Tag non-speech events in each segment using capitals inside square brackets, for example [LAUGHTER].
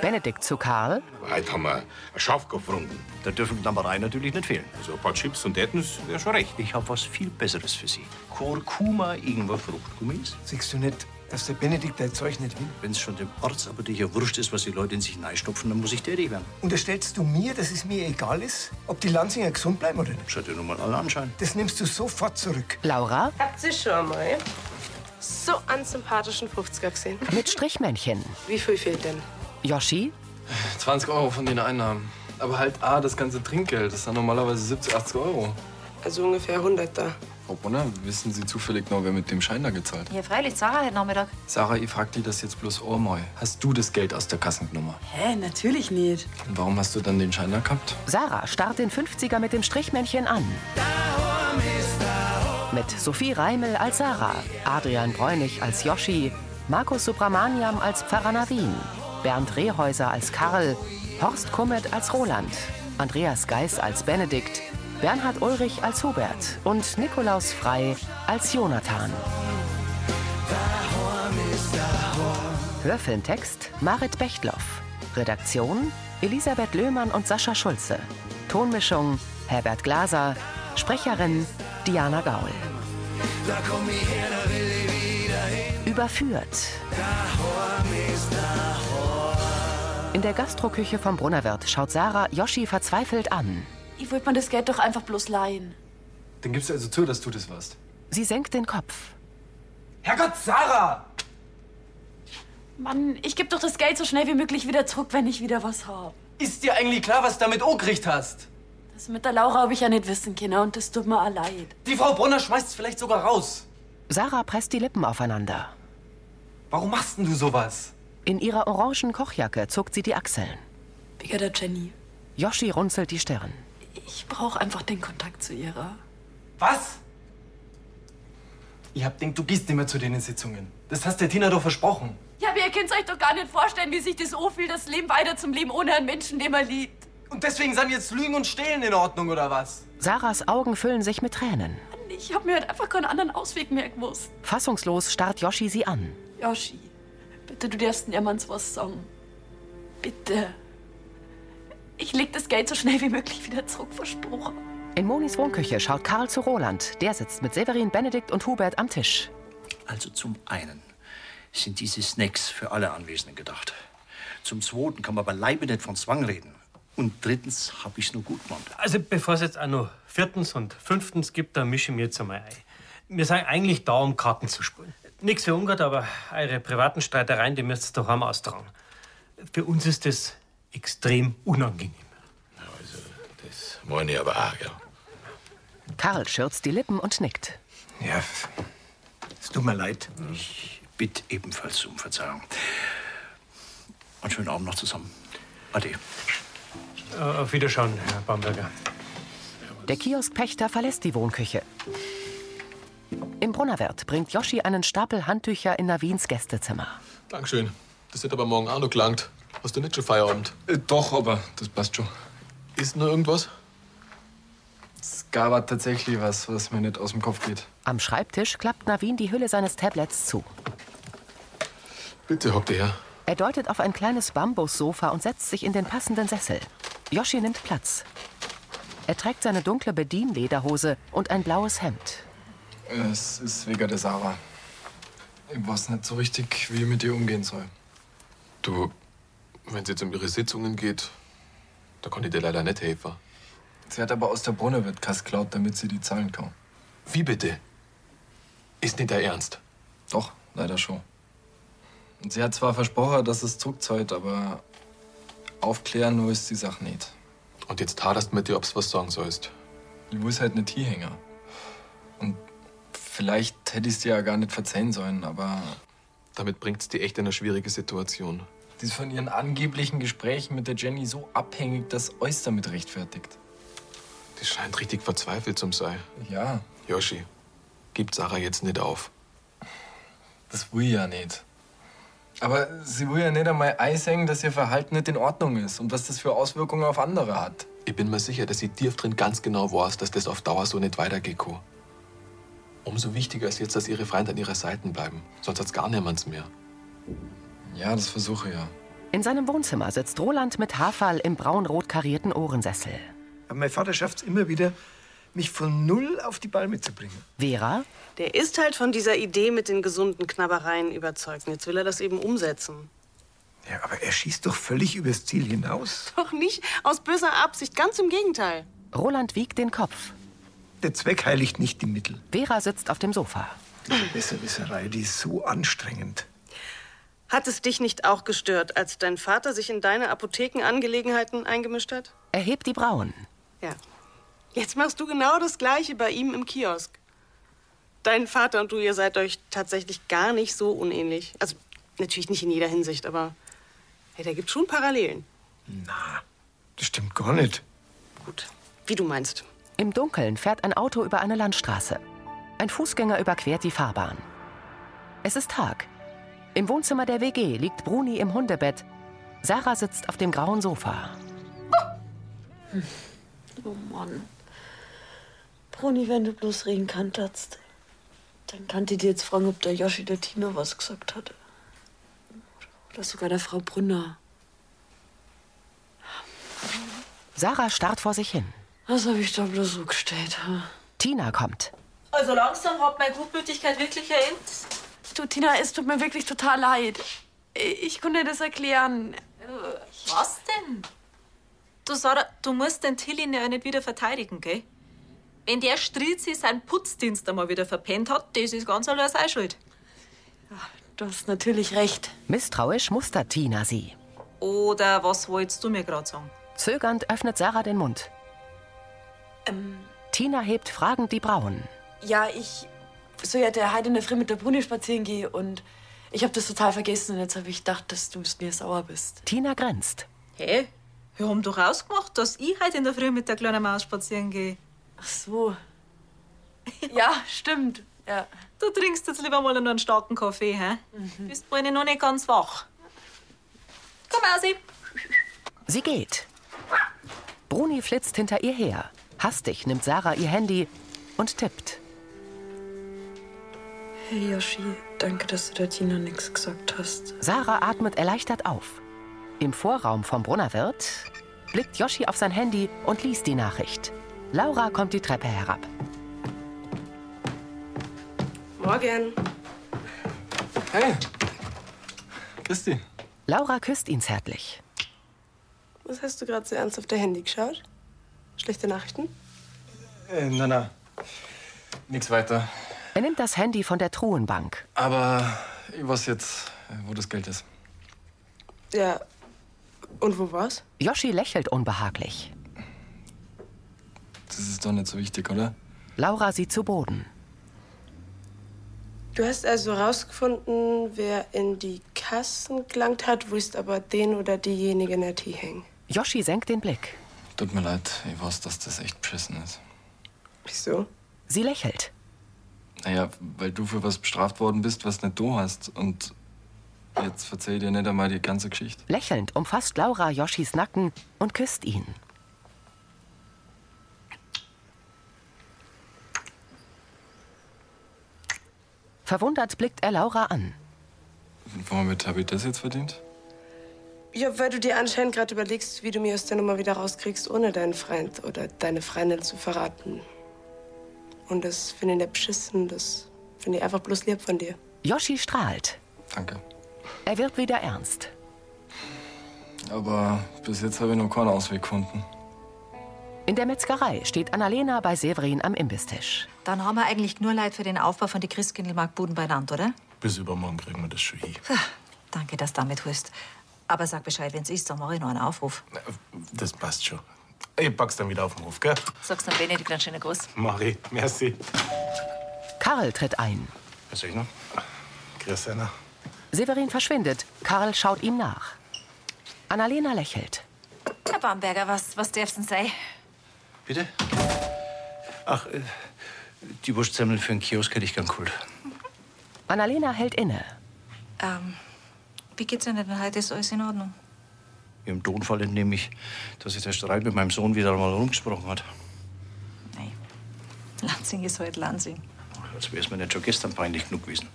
Benedikt zu Karl. Heute haben wir Schaufkopfrunden. Da dürfen Knabberei natürlich nicht fehlen. Also ein paar Chips und Ettens wäre schon recht. Ich habe was viel Besseres für Sie. Kurkuma, irgendwo Fruchtgummis. Siehst du nicht, dass der Benedikt dein Zeug nicht will? Wenn es schon dem Arzt aber dir wurscht ist, was die Leute in sich hineinstopfen, dann muss ich tätig werden. Unterstellst du mir, dass es mir egal ist, ob die Lanzinger gesund bleiben oder nicht? Schaut dir nun mal alle Anschein. Das nimmst du sofort zurück. Laura Habt ihr schon mal so einen sympathischen 50er gesehen? mit Strichmännchen. Wie viel fehlt denn? Yoshi 20 Euro von den Einnahmen. Aber halt A, das ganze Trinkgeld. Das sind normalerweise 70, 80 Euro. Also ungefähr 100 da. Frau Brunner, wissen Sie zufällig noch, wer mit dem Schein da gezahlt hat? Ja, freilich, Sarah heute Nachmittag. Sarah, ich frag dich das jetzt bloß Ohrmeu. Hast du das Geld aus der Kasse genommen? Hä, natürlich nicht. Und warum hast du dann den Schein da gehabt? Sarah starrt den 50er mit dem Strichmännchen an. Mit Sophie Reimel als Sarah, Adrian Bräunig als Yoshi, Markus Subramaniam als Pfarrer Navin, Bernd Rehäuser als Karl, Horst Kummet als Roland, Andreas Geis als Benedikt, Bernhard Ulrich als Hubert und Nikolaus Frei als Jonathan. Hörfilmtext Marit Bechtloff. Redaktion Elisabeth Löhmann und Sascha Schulze. Tonmischung Herbert Glaser. Sprecherin Diana Gaul. Überführt. In der Gastroküche vom Brunnerwirt schaut Sarah Yoshi verzweifelt an. Ich wollte mir das Geld doch einfach bloß leihen. Dann gibst du also zu, dass du das warst. Sie senkt den Kopf. Herrgott, Sarah! Mann, ich gebe doch das Geld so schnell wie möglich wieder zurück, wenn ich wieder was habe. Ist dir eigentlich klar, was du damit angerichtet hast? Das mit der Laura habe ich ja nicht wissen können und das tut mir auch leid. Die Frau Brunner schmeißt's vielleicht sogar raus. Sarah presst die Lippen aufeinander. Warum machst denn du sowas? In ihrer orangen Kochjacke zuckt sie die Achseln. Wegen der Jenny. Yoshi runzelt die Stirn. Ich brauche einfach den Kontakt zu ihrer. Was? Ich hab denkt, du gehst nicht mehr zu den Sitzungen. Das hast der Tina doch versprochen. Ja, aber ihr könnt euch doch gar nicht vorstellen, wie sich das anfühlt, das Leben weiter zum Leben ohne einen Menschen, den man liebt. Und deswegen sind jetzt Lügen und Stehlen in Ordnung, oder was? Sarahs Augen füllen sich mit Tränen. Mann, ich habe mir halt einfach keinen anderen Ausweg mehr gewusst. Fassungslos starrt Yoshi sie an. Yoshi, bitte, du darfst niemand's was sagen. Bitte. Ich leg das Geld so schnell wie möglich wieder zurück, versprochen. In Monis Wohnküche schaut Karl zu Roland. Der sitzt mit Severin, Benedikt und Hubert am Tisch. Also zum einen sind diese Snacks für alle Anwesenden gedacht. Zum zweiten kann man beileibe nicht von Zwang reden. Und drittens habe ich's nur gut gemacht. Also, bevor es jetzt auch noch viertens und fünftens gibt, dann mische ich mir jetzt einmal ein. Wir sind eigentlich da, um Karten zu spielen. Nichts für Ungarn, aber eure privaten Streitereien, die müsst ihr daheim austragen. Für uns ist das extrem unangenehm. Das meine ich aber auch, ja. Karl schürzt die Lippen und nickt. Ja, es tut mir leid. Bitte ebenfalls um Verzeihung. Einen schönen Abend noch zusammen. Ade. Äh, auf Wiederschauen, Herr Bamberger. Der Kioskpächter verlässt die Wohnküche. Im Brunnerwirt bringt Yoshi einen Stapel Handtücher in Navins Gästezimmer. Dankeschön. Das hätte aber morgen auch noch gelangt. Hast du nicht schon Feierabend? Äh, doch, aber das passt schon. Ist noch irgendwas? Es gab aber tatsächlich was, was mir nicht aus dem Kopf geht. Am Schreibtisch klappt Navin die Hülle seines Tablets zu. Bitte hockt ihr her. Er deutet auf ein kleines Bambussofa und setzt sich in den passenden Sessel. Yoshi nimmt Platz. Er trägt seine dunkle Bedienlederhose und ein blaues Hemd. Es ist wegen der Sarah. Ich weiß nicht so richtig, wie ich mit ihr umgehen soll. Du, wenn es jetzt um ihre Sitzungen geht, da kann ich dir leider nicht helfen. Sie hat aber aus der Brunne wird Kass klaut, damit sie die zahlen kann. Wie bitte? Ist nicht der Ernst? Doch, leider schon. Und sie hat zwar versprochen, dass es zurückzahlt, aber aufklären nur ist die Sache nicht. Und jetzt taderst mit dir, ob's was sagen sollst. Ich muss halt nicht hierhängen. Und vielleicht hätte ich es dir ja gar nicht verzeihen sollen, aber Damit bringt's die echt in eine schwierige Situation. die ist von ihren angeblichen Gesprächen mit der Jenny so abhängig, dass euch damit rechtfertigt. Die scheint richtig verzweifelt zum sein. Ja, Yoshi, gib Sarah jetzt nicht auf. das will ich ja nicht. Aber sie will ja nicht einmal einsengen, dass ihr Verhalten nicht in Ordnung ist und was das für Auswirkungen auf andere hat. Ich bin mir sicher, dass sie tief drin ganz genau weiß, dass das auf Dauer so nicht weitergeht. Co. Umso wichtiger ist jetzt, dass ihre Freunde an ihrer Seite bleiben. Sonst hat's gar niemands mehr. Ja, das versuche ich ja. In seinem Wohnzimmer sitzt Roland mit Haferl im braun-rot karierten Ohrensessel. Aber mein Vater schafft es immer wieder, mich von null auf die Palme zu bringen. Vera? Der ist halt von dieser Idee mit den gesunden Knabbereien überzeugt. Und Jetzt will er das eben umsetzen. Ja, aber er schießt doch völlig übers Ziel hinaus. Doch nicht aus böser Absicht, ganz im Gegenteil. Roland wiegt den Kopf. Der Zweck heiligt nicht die Mittel. Vera sitzt auf dem Sofa. Diese Besserwisserei, die ist so anstrengend. Hat es dich nicht auch gestört, als dein Vater sich in deine Apothekenangelegenheiten eingemischt hat? Er hebt die Brauen. Ja. Jetzt machst du genau das Gleiche bei ihm im Kiosk. Dein Vater und du, ihr seid euch tatsächlich gar nicht so unähnlich. Also natürlich nicht in jeder Hinsicht, aber hey, da gibt schon Parallelen. Das stimmt gar nicht. Wie du meinst. Im Dunkeln fährt ein Auto über eine Landstraße. Ein Fußgänger überquert die Fahrbahn. Es ist Tag. Im Wohnzimmer der WG liegt Bruni im Hundebett. Sarah sitzt auf dem grauen Sofa. Oh Mann. Bruni, wenn du bloß reden kannst, dann kann die dir jetzt fragen, ob der Joschi der Tina was gesagt hat. Oder sogar der Frau Brunner. Sarah starrt vor sich hin. Was habe ich da bloß so gestellt? ha? Tina kommt. Also langsam hat meine Gutmütigkeit wirklich ein Ende. Du, Tina, es tut mir wirklich total leid. Ich ich konnte das erklären. Was denn? Du, Sarah, du musst den Tillin ja nicht wieder verteidigen, gell? Wenn der Strizi seinen Putzdienst einmal wieder verpennt hat, das ist ganz allein seine Schuld. Du hast natürlich recht. Misstrauisch mustert Tina sie. Oder was wolltest du mir gerade sagen? Zögernd öffnet Sarah den Mund. Tina hebt fragend die Brauen. Ja, ich soll ja der Heide in der Früh mit der Bruni spazieren gehen und ich habe das total vergessen und jetzt habe ich gedacht, dass du mit mir sauer bist. Tina grenzt. Hä? Hey, wir haben doch ausgemacht, dass ich heute in der Früh mit der kleinen Maus spazieren gehe. [LAUGHS] Ach so. Ja, stimmt. Ja. Du trinkst jetzt lieber mal nur einen starken Kaffee, hä? Mhm. Bist wohl noch nicht ganz wach. Komm, Ausi. Sie geht. Bruni flitzt hinter ihr her. Hastig nimmt Sarah ihr Handy und tippt. Hey Yoshi, danke, dass du der Tina nichts gesagt hast. Sarah atmet erleichtert auf. Im Vorraum vom Brunnerwirt blickt Yoshi auf sein Handy und liest die Nachricht. Laura kommt die Treppe herab. Morgen. Hey. Christi. Laura küsst ihn zärtlich. Was hast du gerade so ernst auf dein Handy geschaut? Schlechte Nachrichten? Äh, na, na. Nix weiter. Er nimmt das Handy von der Truhenbank. Aber ich weiß jetzt, wo das Geld ist. Ja. Und wo war's? Yoshi lächelt unbehaglich. Das ist doch nicht so wichtig, oder? Laura sieht zu Boden. Du hast also rausgefunden, wer in die Kassen gelangt hat, willst aber den oder diejenige nicht hängen. Yoshi senkt den Blick. Tut mir leid, ich weiß, dass das echt beschissen ist. Wieso? Sie lächelt. Naja, weil du für was bestraft worden bist, was nicht du hast. Und jetzt verzeih dir nicht einmal die ganze Geschichte. Lächelnd umfasst Laura Yoshis Nacken und küsst ihn. Verwundert blickt er Laura an. Womit habe ich das jetzt verdient? Ja, weil du dir anscheinend gerade überlegst, wie du mir aus der Nummer wieder rauskriegst, ohne deinen Freund oder deine Freundin zu verraten. Und das finde ich nicht beschissen, das finde ich einfach bloß lieb von dir. Yoshi strahlt. Danke. Er wird wieder ernst. Aber bis jetzt habe ich noch keinen Ausweg gefunden. In der Metzgerei steht Annalena bei Severin am Imbistisch. Dann haben wir eigentlich nur Leid für den Aufbau von den Christkindlmarktbuden beieinander, oder? Bis übermorgen kriegen wir das schon hin. Danke, dass du damit holst. Aber sag Bescheid, wenn's ist, dann mache ich noch einen Aufruf. Das passt schon. Ich pack's dann wieder auf den Hof, gell? Sag's dann Benedikt einen schönen Gruß. Mari, merci. Karl tritt ein. Was ich noch? Grüß einer. Severin verschwindet. Karl schaut ihm nach. Annalena lächelt. Herr Bamberger, was, was darf's denn sein? Bitte? Ach, äh, die Wurstsemmel für den Kiosk hätte ich gern geholt. Annalena hält inne. Ähm, wie geht's Ihnen denn heute? Ist alles in Ordnung? Ihrem Tonfall entnehme ich, dass sich der Streit mit meinem Sohn wieder einmal rumgesprochen hat. Lansing ist heute Lansing. Als wäre es mir nicht schon gestern peinlich genug gewesen.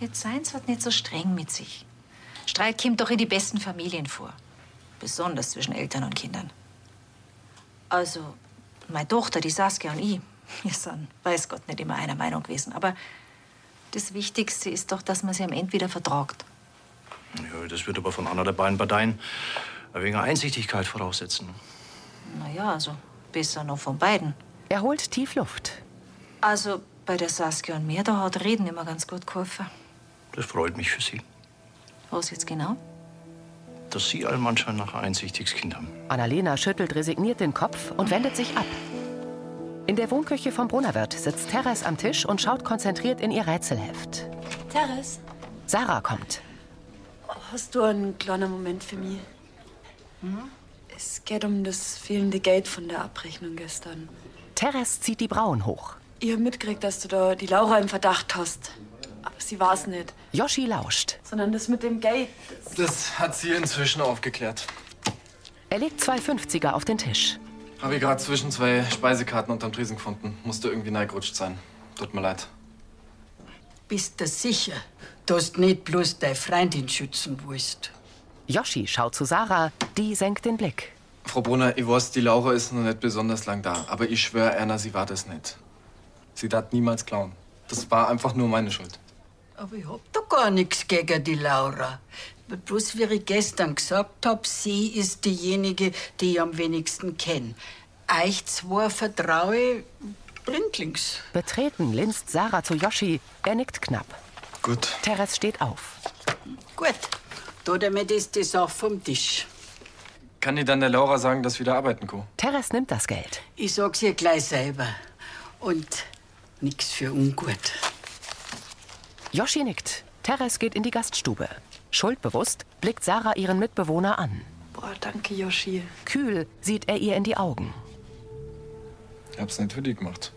Jetzt seien Sie halt nicht so streng mit sich. Streit kommt doch in die besten Familien vor. Besonders zwischen Eltern und Kindern. Also, meine Tochter, die Saskia und ich, [LAUGHS] wir sind, weiß Gott, nicht immer einer Meinung gewesen. Aber das Wichtigste ist doch, dass man sie am Ende wieder vertragt. Ja, das wird aber von einer der beiden Parteien ein wenig Einsichtigkeit voraussetzen. Naja, also besser noch von beiden. Er holt tief Luft. Also bei der Saskia und mir, da hat Reden immer ganz gut geholfen. Das freut mich für Sie, Was jetzt genau? dass Sie allem Anschein nach ein einsichtiges Kind haben. Annalena schüttelt resigniert den Kopf und wendet sich ab. In der Wohnküche vom Brunnerwirt sitzt Teres am Tisch und schaut konzentriert in ihr Rätselheft. Teres, Sarah kommt. hast du einen kleinen Moment für mich? Hm? Es geht um das fehlende Geld von der Abrechnung gestern. Teres zieht die Brauen hoch. Ich hab mitgekriegt, dass du da die Laura im Verdacht hast. Aber sie war's nicht, Yoshi lauscht. sondern das mit dem Geld. Das hat sie inzwischen aufgeklärt. Er legt zwei 50er auf den Tisch. Habe ich gerade zwischen zwei Speisekarten unterm Tresen gefunden. Musste irgendwie neigerutscht sein. Tut mir leid. Bist du sicher, dass du nicht bloß deine Freundin schützen willst? Yoshi schaut zu Sarah, die senkt den Blick. Frau Brunner, ich weiß, die Laura ist noch nicht besonders lang da. Aber ich schwöre, Erna, sie war das nicht. Sie darf niemals klauen. Das war einfach nur meine Schuld. Aber ich hab da gar nichts gegen die Laura. Bloß wie ich gestern gesagt hab, sie ist diejenige, die ich am wenigsten kenne. Euch zwei vertraue blindlings. Betreten linst Sarah zu Yoshi. Er nickt knapp. Gut. Teres steht auf. Gut, da damit ist die Sache vom Tisch. Kann ich dann der Laura sagen, dass wir da arbeiten, Co? Teres nimmt das Geld. Ich sag's ihr gleich selber. Und nix für ungut. Yoshi nickt. Teres geht in die Gaststube. Schuldbewusst blickt Sarah ihren Mitbewohner an. Boah, danke, Yoshi. Kühl sieht er ihr in die Augen. Ich hab's nicht für dich gemacht.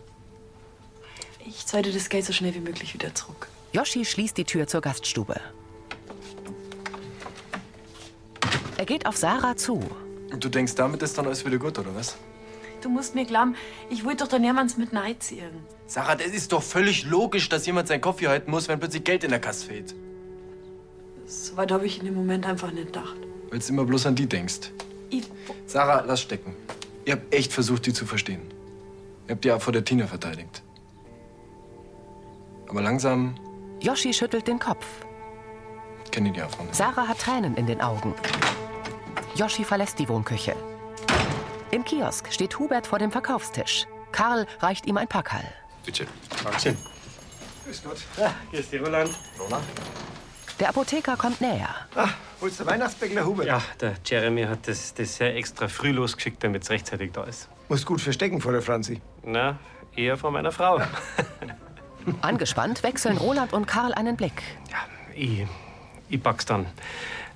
Ich zahle dir das Geld so schnell wie möglich wieder zurück. Yoshi schließt die Tür zur Gaststube. Er geht auf Sarah zu. Du denkst, damit ist dann alles wieder gut, oder was? Du musst mir glauben, ich wollte doch da niemals mit Neid ziehen. Sarah, das ist doch völlig logisch, dass jemand seinen Kopf hier halten muss, wenn plötzlich Geld in der Kasse fehlt. So weit habe ich in dem Moment einfach nicht gedacht. Weil du immer bloß an die denkst. Ich- Sarah, lass stecken. Ich hab echt versucht, die zu verstehen. Ich hab die auch vor der Tina verteidigt. Aber langsam Yoshi schüttelt den Kopf. kenne ich die auch von. Sarah hat Tränen in den Augen. Yoshi verlässt die Wohnküche. Im Kiosk steht Hubert vor dem Verkaufstisch. Karl reicht ihm ein Packerl. Bitte. Dankeschön. Grüß Gott. Hier ist die Roland. Roland? Der Apotheker kommt näher. [LAUGHS] Ah, Holst du Weihnachtsbäckler, Hubert? Ja, der Jeremy hat das Dessert extra früh losgeschickt, damit es rechtzeitig da ist. Muss gut verstecken vor der Franzi. Na, eher von meiner Frau. Angespannt wechseln Roland und Karl einen Blick. Ich, ich pack's dann.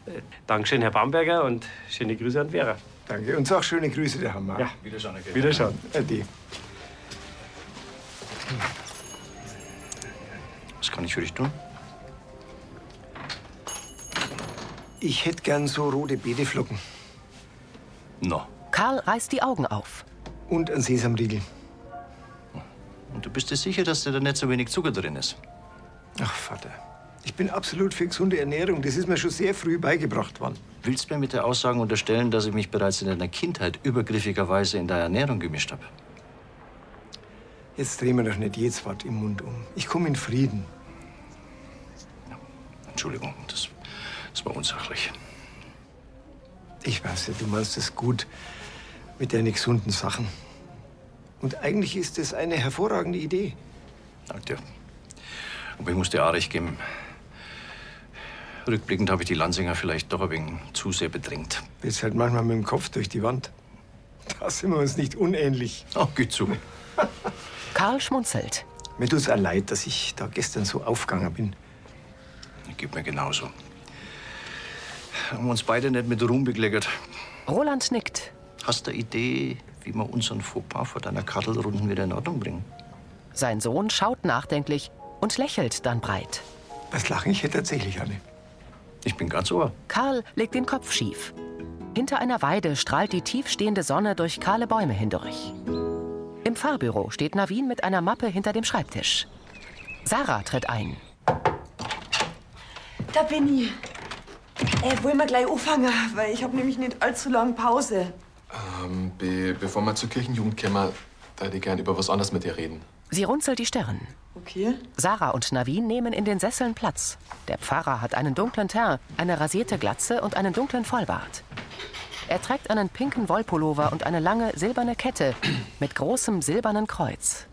Äh, Dankeschön, Herr Bamberger, und schöne Grüße an Vera. Danke. Und sag schöne Grüße, der Hammer. Ja, Wiederschauen, okay. Wiederschauen. Ade. Was kann ich für dich tun? Ich hätte gern so rote Beeteflocken. No. Karl reißt die Augen auf. Und ein Sesamriegel. Und du bist dir sicher, dass dir da nicht so wenig Zucker drin ist? Ach, Vater. Ich bin absolut für gesunde Ernährung. Das ist mir schon sehr früh beigebracht worden. Willst mir mit der Aussage unterstellen, dass ich mich bereits in deiner Kindheit übergriffigerweise in deine Ernährung gemischt habe? Jetzt drehen wir doch nicht jedes Wort im Mund um. Ich komme in Frieden. Entschuldigung, das, das war unsachlich. Ich weiß ja, du meinst es gut mit deinen gesunden Sachen. Und eigentlich ist das eine hervorragende Idee. Alter. Aber ich muss dir auch recht geben. Rückblickend habe ich die Lansinger vielleicht doch ein wenig zu sehr bedrängt. Willst halt manchmal mit dem Kopf durch die Wand. Da sind wir uns nicht unähnlich. Oh, geht zu. Karl schmunzelt. Mir tut's auch leid, dass ich da gestern so aufgegangen bin. Gib mir genauso. Haben uns beide nicht mit Ruhm bekleckert. Roland nickt. Hast du eine Idee, wie wir unseren Fauxpas vor deiner Kartelrunden wieder in Ordnung bringen? Sein Sohn schaut nachdenklich und lächelt dann breit. Das Lachen ich hätte tatsächlich eine. Ich bin ganz ohr. Karl legt den Kopf schief. Hinter einer Weide strahlt die tiefstehende Sonne durch kahle Bäume hindurch. Im Fahrbüro steht Navin mit einer Mappe hinter dem Schreibtisch. Sarah tritt ein. Da bin ich. Äh, wollen wir gleich anfangen, weil ich habe nämlich nicht allzu lange Pause. Ähm, be bevor wir zur Kirchenjugend kämen, da hätte ich gern über was anderes mit dir reden. Sie runzelt die Stirn. Okay. Sarah und Navin nehmen in den Sesseln Platz. Der Pfarrer hat einen dunklen Teint, eine rasierte Glatze und einen dunklen Vollbart. Er trägt einen pinken Wollpullover und eine lange silberne Kette mit großem silbernen Kreuz.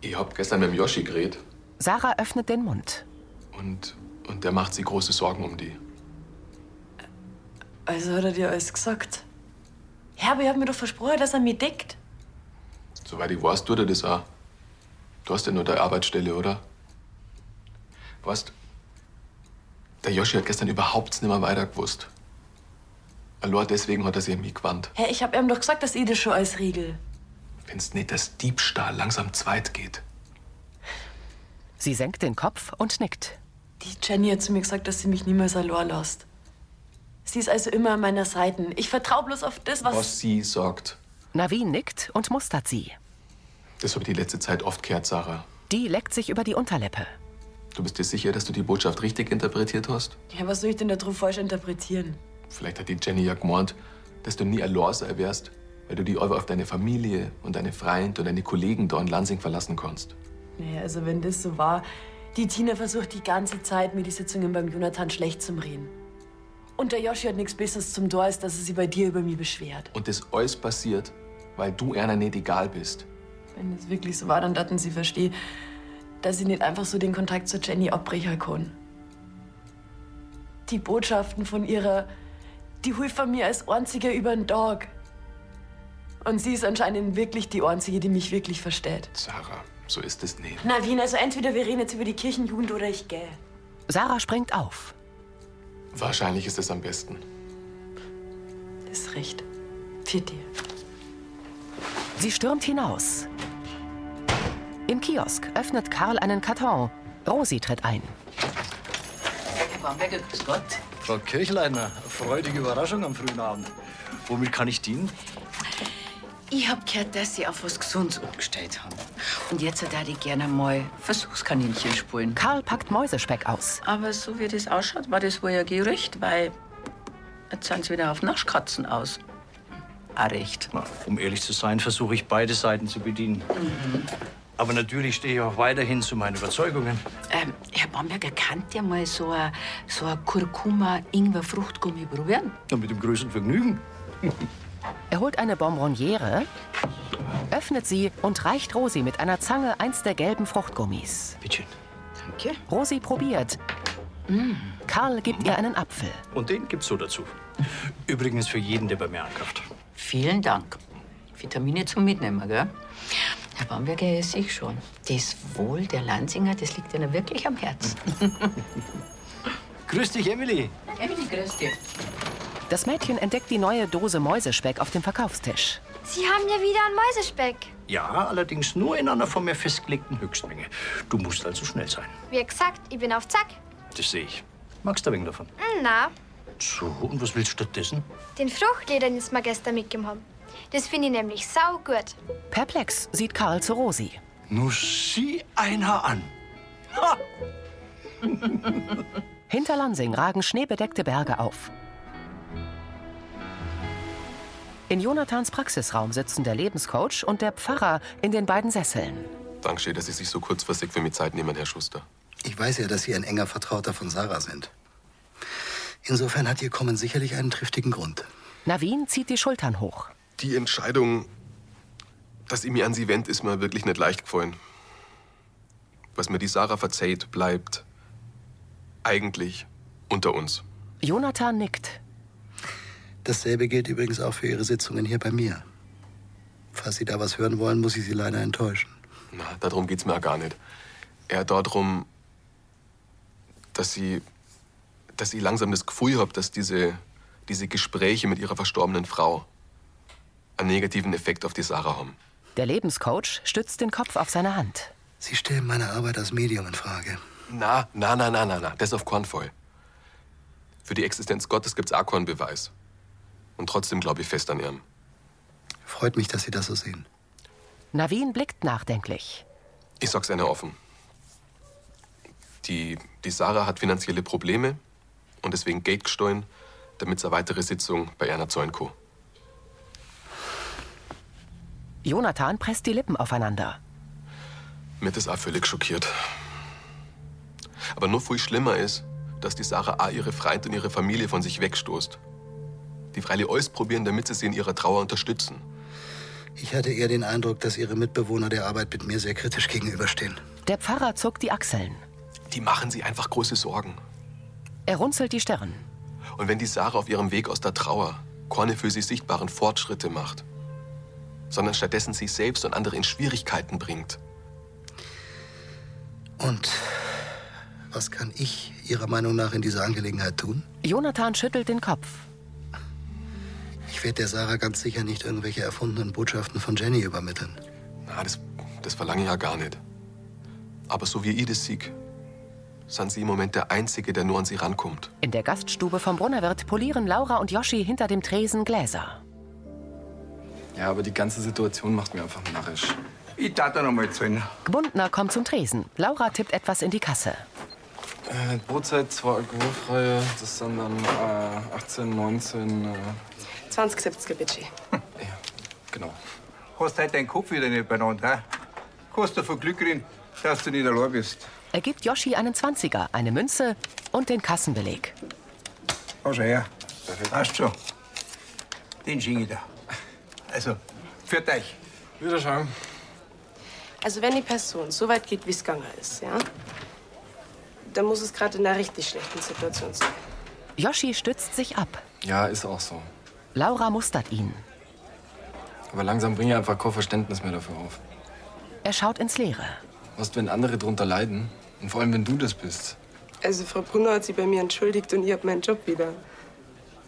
Ich hab gestern mit dem Yoshi geredet Sarah öffnet den Mund. und, und der macht sich große Sorgen um die. Also hat er dir alles gesagt. Ja, aber ich hab mir doch versprochen, dass er mich deckt. Soweit ich weiß, tut er das auch. Du hast ja nur deine Arbeitsstelle, oder? Weißt, der Yoshi hat gestern überhaupt nicht mehr weiter gewusst. Allein deswegen hat er sich an mich gewandt. Hä, ich hab ihm doch gesagt, dass ich das schon alles regel. Wenn's nicht das Diebstahl langsam zweit geht. Sie senkt den Kopf und nickt. Die Jenny hat zu mir gesagt, dass sie mich niemals allein lässt. Sie ist also immer an meiner Seite. Ich vertraue bloß auf das, was... Was sie sagt, Navin nickt und mustert sie. das habe ich die letzte Zeit oft gehört, Sarah. Die leckt sich über die Unterlippe. Du bist dir sicher, dass du die Botschaft richtig interpretiert hast? Ja, was soll ich denn da drauf falsch interpretieren? Vielleicht hat die Jenny ja gemeint, dass du nie allein sein wirst, weil du die einfach auf deine Familie und deine Freunde und deine Kollegen da in Lansing verlassen kannst. Naja, also wenn das so war, die Tina versucht die ganze Zeit, mir die Sitzungen beim Jonathan schlecht zu reden. Und der Yoshi hat nichts Besseres zum Tor, als dass er sich bei dir über mich beschwert. Und das alles passiert, weil du einer nicht egal bist. Wenn das wirklich so war, dann dachten sie verstehen, dass ich nicht einfach so den Kontakt zu Jenny abbrechen kann. Die Botschaften von ihrer, die halfen mir als einziger über den Tag. Und sie ist anscheinend wirklich die einzige, die mich wirklich versteht. Sarah, so ist es nicht. Na, Wien, also entweder wir reden jetzt über die Kirchenjugend oder ich gehe. Sarah springt auf. Wahrscheinlich ist es am besten. Ist recht. Für dir. Sie stürmt hinaus. Im Kiosk öffnet Karl einen Karton. Rosi tritt ein. Herr Bamberger, grüß Gott. Frau Kirchleitner, freudige Überraschung am frühen Abend. Womit kann ich dienen? Ich hab gehört, dass Sie auf was Gesundes umgestellt haben. Und jetzt hätte ich gerne mal Versuchskaninchen spulen. Karl packt Mäusespeck aus. Aber so wie das ausschaut, war das wohl ja gerecht, weil jetzt sind Sie wieder auf Naschkatzen aus. Ah, recht. Na, um ehrlich zu sein, versuche ich beide Seiten zu bedienen. Mhm. Aber natürlich stehe ich auch weiterhin zu meinen Überzeugungen. Ähm, Herr Bamberger, kannt ihr mal so ein so ein Kurkuma-Ingwer-Fruchtgummi probieren? Ja, mit dem größten Vergnügen. Er holt eine Bonbonniere, öffnet sie und reicht Rosi mit einer Zange eins der gelben Fruchtgummis. Bitte. Danke. Rosi probiert. Karl gibt ihr einen Apfel. Und den gibt's so dazu. Übrigens für jeden, der bei mir ankauft. Vielen Dank. Vitamine zum Mitnehmen, gell? Herr Bamberger, es ich schon. Das Wohl der Lansinger, das liegt Ihnen wirklich am Herzen. Grüß dich, Emily. Emily, grüß dich. Das Mädchen entdeckt die neue Dose Mäusespeck auf dem Verkaufstisch. Sie haben ja wieder einen Mäusespeck. Ja, allerdings nur in einer von mir festgelegten Höchstmenge. Du musst also schnell sein. Wie gesagt, ich bin auf Zack. Hm, Das sehe ich. Magst du ein wenig davon? Na, So, und was willst du stattdessen? den Fruchtlee, den wir gestern mitgenommen haben. Das finde ich nämlich saugut. Perplex sieht Karl zu Rosi. Nu sieh einer an. Hinter Lansing ragen schneebedeckte Berge auf. In Jonathans Praxisraum sitzen der Lebenscoach und der Pfarrer in den beiden Sesseln. Dankeschön, dass Sie sich so kurzfristig für mich Zeit nehmen, Herr Schuster. Ich weiß ja, dass Sie ein enger Vertrauter von Sarah sind. Insofern hat Ihr Kommen sicherlich einen triftigen Grund. Navin zieht die Schultern hoch. Die Entscheidung, dass ich mich an Sie wend, ist mir wirklich nicht leicht gefallen. Was mir die Sarah verzeiht, bleibt eigentlich unter uns. Jonathan nickt. Dasselbe gilt übrigens auch für Ihre Sitzungen hier bei mir. Falls Sie da was hören wollen, muss ich Sie leider enttäuschen. Na, darum geht's mir auch gar nicht. Eher darum, dass sie, dass ich langsam das Gefühl habe, dass diese, diese Gespräche mit ihrer verstorbenen Frau einen negativen Effekt auf die Sarah haben. Der Lebenscoach stützt den Kopf auf seine Hand. Sie stellen meine Arbeit als Medium in Frage. Na, na, na, na, na, na, das auf keinen Fall. Für die Existenz Gottes gibt's auch keinen Beweis. Und trotzdem glaube ich fest an ihrem. Freut mich, dass Sie das so sehen. Navin blickt nachdenklich. Ich sag's einer offen. Die, die Sarah hat finanzielle Probleme und deswegen Gate gesteuert, damit es eine weitere Sitzung bei Erna Zoinko. Jonathan presst die Lippen aufeinander. Mir das auch völlig schockiert. Aber nur viel schlimmer ist, dass die Sarah auch ihre Freunde und ihre Familie von sich wegstoßt. Die freilich alles probieren, damit sie sie in ihrer Trauer unterstützen. Ich hatte eher den Eindruck, dass ihre Mitbewohner der Arbeit mit mir sehr kritisch gegenüberstehen. Der Pfarrer zuckt die Achseln. Die machen sie einfach große Sorgen. Er runzelt die Stirn. Und wenn die Sarah auf ihrem Weg aus der Trauer keine für sie sichtbaren Fortschritte macht, sondern stattdessen sich selbst und andere in Schwierigkeiten bringt, Und was kann ich Ihrer Meinung nach in dieser Angelegenheit tun? Jonathan schüttelt den Kopf. Ich werde der Sarah ganz sicher nicht irgendwelche erfundenen Botschaften von Jenny übermitteln. Na, das, das verlange ich ja gar nicht. Aber so wie ich das sieg, sind sie im Moment der Einzige, der nur an sie rankommt. In der Gaststube vom Brunnerwirt polieren Laura und Yoshi hinter dem Tresen Gläser. Ja, aber die ganze Situation macht mir einfach narrisch. Ich tat da nochmal zählen. Gbundner kommt zum Tresen. Laura tippt etwas in die Kasse. Äh, Brotzeit, zwei alkoholfreie, das sind dann äh, 18, 19, äh, 2070 Budget. genau. Hast heute deinen Kopf wieder nicht beieinander, hä? Kannst du von Glück reden, dass du nicht allein bist. Er gibt Yoshi einen Zwanziger, eine Münze und den Kassenbeleg. Komm schon her. Passt schon. Den schenke ich dir. Also, für euch. Wiederschauen. Also wenn die Person so weit geht, wie es gegangen ist, ja, dann muss es gerade in einer richtig schlechten Situation sein. Yoshi stützt sich ab. Ja, ist auch so. Laura mustert ihn. Aber langsam bringe ich einfach kein Verständnis mehr dafür auf. Er schaut ins Leere. Was, wenn andere drunter leiden? Und vor allem, wenn du das bist. Also Frau Brunner hat sie bei mir entschuldigt und ich hab meinen Job wieder.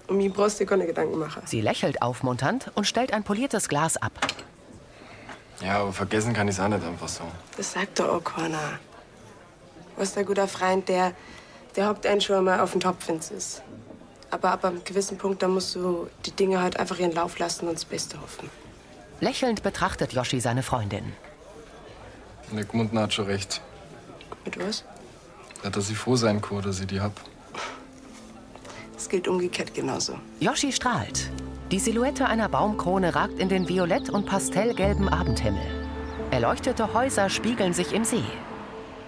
Um ihn brauchst du dir keine Gedanken machen. Sie lächelt aufmunternd und stellt ein poliertes Glas ab. Ja, aber vergessen kann ich es auch nicht einfach so. Das sagt doch auch keiner. Was der guter Freund, der, der hockt einen schon mal auf den Topf, wenn's ist. Aber ab einem gewissen Punkt, da musst du die Dinge halt einfach ihren Lauf lassen und das Beste hoffen. Lächelnd betrachtet Yoshi seine Freundin. Und der Gmundner hat schon recht. Mit was? Ja, dass ich froh sein kann, dass ich die hab. Es gilt umgekehrt genauso. Yoshi strahlt. Die Silhouette einer Baumkrone ragt in den violett- und pastellgelben Abendhimmel. Erleuchtete Häuser spiegeln sich im See.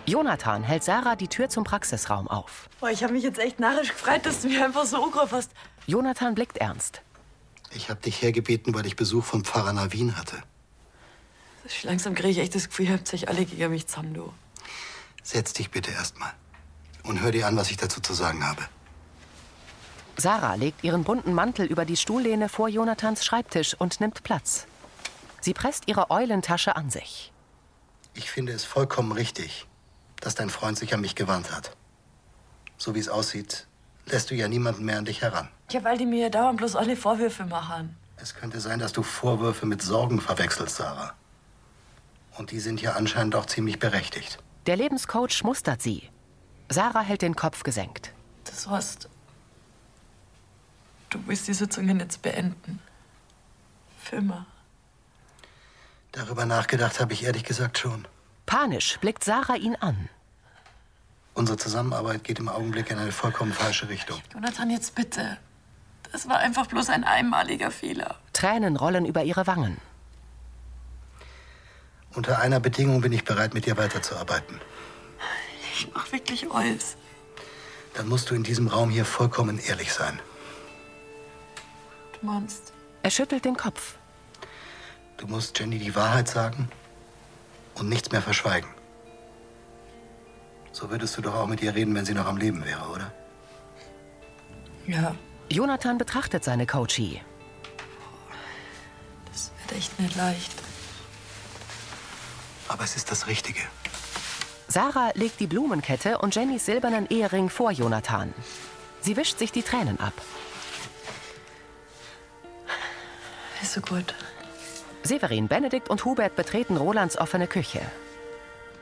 Jonathan hält Sarah die Tür zum Praxisraum auf. Boah, ich habe mich jetzt echt narrisch gefreut, dass du mir einfach so angegriffen hast. Jonathan blickt ernst. Ich habe dich hergebeten, weil ich Besuch vom Pfarrer Navin hatte. Langsam kriege ich echt das Gefühl, ihr habt euch alle gegen mich zusammen, du. Setz dich bitte erstmal und hör dir an, was ich dazu zu sagen habe. Sarah legt ihren bunten Mantel über die Stuhllehne vor Jonathans Schreibtisch und nimmt Platz. Sie presst ihre Eulentasche an sich. Ich finde es vollkommen richtig, dass dein Freund sich an mich gewandt hat. So wie es aussieht, lässt du ja niemanden mehr an dich heran. Ja, weil die mir ja dauernd bloß alle Vorwürfe machen. Es könnte sein, dass du Vorwürfe mit Sorgen verwechselst, Sarah. Und die sind ja anscheinend auch ziemlich berechtigt. Der Lebenscoach mustert sie. Sarah hält den Kopf gesenkt. Das heißt, du willst die Sitzungen jetzt beenden. Für immer. Darüber nachgedacht habe ich ehrlich gesagt schon. Panisch blickt Sarah ihn an. Unsere Zusammenarbeit geht im Augenblick in eine vollkommen falsche Richtung. Jonathan, jetzt bitte. Das war einfach bloß ein einmaliger Fehler. Tränen rollen über ihre Wangen. Unter einer Bedingung bin ich bereit, mit dir weiterzuarbeiten. Ich mach wirklich alles. Dann musst du in diesem Raum hier vollkommen ehrlich sein. Du meinst, Er schüttelt den Kopf. Du musst Jenny die Wahrheit sagen und nichts mehr verschweigen. So würdest du doch auch mit ihr reden, wenn sie noch am Leben wäre, oder? ja, Jonathan betrachtet seine Coachie. das wird echt nicht leicht. Aber es ist das Richtige. Sarah legt die Blumenkette und Jennys silbernen Ehering vor Jonathan. Sie wischt sich die Tränen ab. Ist so gut. Severin, Benedikt und Hubert betreten Rolands offene Küche.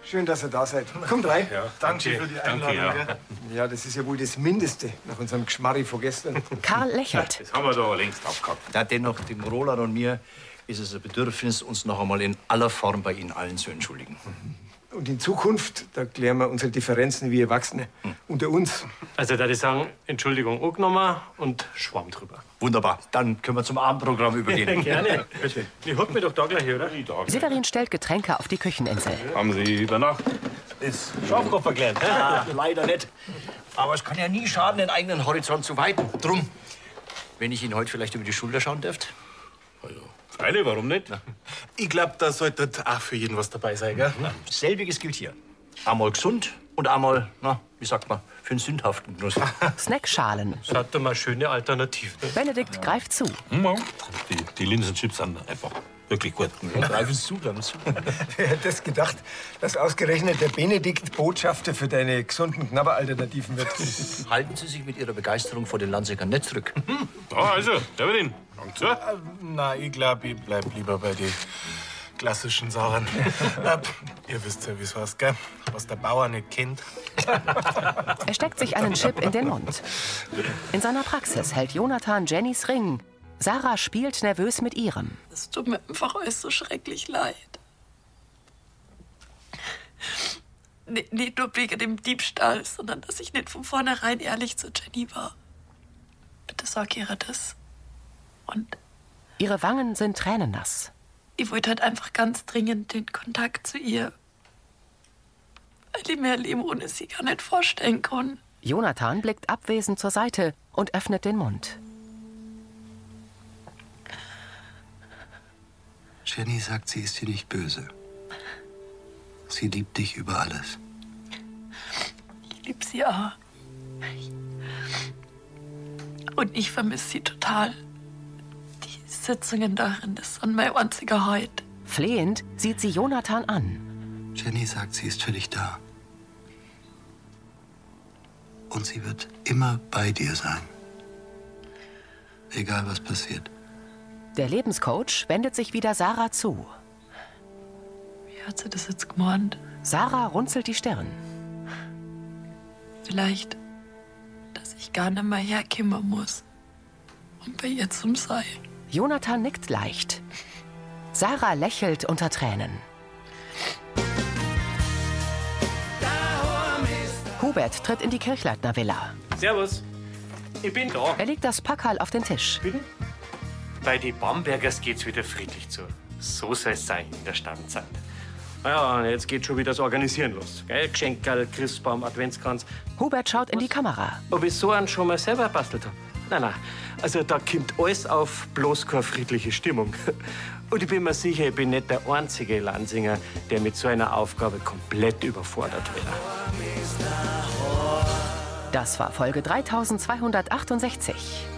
Schön, dass ihr da seid. Kommt rein. Ja, danke, danke. für die Danke, Einladung. ja. ja. ja, das ist ja wohl das Mindeste nach unserem Geschmarri von gestern. Karl lächelt. Das haben wir da längst abgehabt. Na, dennoch, dem Roland und mir ist es ein Bedürfnis, uns noch einmal in aller Form bei Ihnen allen zu entschuldigen. Und in Zukunft, da klären wir unsere Differenzen wie Erwachsene Hm. unter uns. Also, da die sagen, Entschuldigung angenommen und Schwamm drüber. Wunderbar. Dann können wir zum Abendprogramm übergehen. [LAUGHS] Gerne. Bitte. Ich hock mir doch da gleich, oder? Severin stellt Getränke auf die Kücheninsel. Haben Sie übernachtet? Ist Schafkopf erklärt. Ah, leider nicht. Aber es kann ja nie schaden, den eigenen Horizont zu weiten. Drum, wenn ich Ihnen heute vielleicht über die Schulter schauen dürfte. Also, Freilich, warum nicht? Ich glaube, da sollte auch für jeden was dabei sein, gell? Mhm. Selbiges gilt hier. Einmal gesund und einmal, na, wie sagt man, für einen sündhaften [LAUGHS] Genuss. Snackschalen. Das hat doch mal schöne Alternativen. Benedikt greift zu. Hm, Die, die Linsenchips sind einfach wirklich gut. Greifen Sie zu, greifen Sie zu. [LAUGHS] Wer hätte das gedacht, dass ausgerechnet der Benedikt Botschafter für deine gesunden [LAUGHS] Knabberalternativen wird? Halten Sie sich mit Ihrer Begeisterung vor den Landsägern nicht zurück. Ja, also, Severin, lang zu. Äh, Na, ich glaube, ich bleib lieber bei den klassischen [LAUGHS] Sauern. Äh, Ihr wisst ja, wie es was, gell? Was der Bauer nicht kennt. Er steckt sich einen Chip in den Mund. In seiner Praxis hält Jonathan Jennys Ring. Sarah spielt nervös mit ihrem. Es tut mir einfach alles so schrecklich leid. N- Nicht nur wegen dem Diebstahl, sondern dass ich nicht von vornherein ehrlich zu Jenny war. Bitte sag ihr das. Ihre Wangen sind tränennass. Ich wollte halt einfach ganz dringend den Kontakt zu ihr. Weil ich mir ein Leben ohne sie gar nicht vorstellen kann. Jonathan blickt abwesend zur Seite und öffnet den Mund. Jenny sagt, sie ist dir nicht böse. Sie liebt dich über alles. Ich lieb sie auch. Und ich vermisse sie total. Die Sitzungen darin, das sind mein einziger Heut. Flehend sieht sie Jonathan an. Jenny sagt, sie ist für dich da. Und sie wird immer bei dir sein. Egal was passiert. Der Lebenscoach wendet sich wieder Sarah zu. Wie hat sie das jetzt gemeint? Sarah runzelt die Stirn. Vielleicht, dass ich gar nicht mehr herkommen muss. Und bei ihr zum Sei. Jonathan nickt leicht. Sarah lächelt unter Tränen. Hubert tritt in die Kirchleitner Villa. Servus. Ich bin da. Er legt das Packerl auf den Tisch. Bei den Bambergers geht's wieder friedlich zu. So soll es sein in der Stadtzeit. Ja, und jetzt geht schon wieder das Organisieren los. Gell? Geschenkerl, Christbaum, Adventskranz. Hubert schaut in die Kamera. Ob ich so einen schon mal selber bastelt habe? Nein, nein. Also da kommt alles auf, bloß keine friedliche Stimmung. [LAUGHS] Und ich bin mir sicher, ich bin nicht der einzige Lansinger, der mit so einer Aufgabe komplett überfordert wäre. Das war Folge 3268.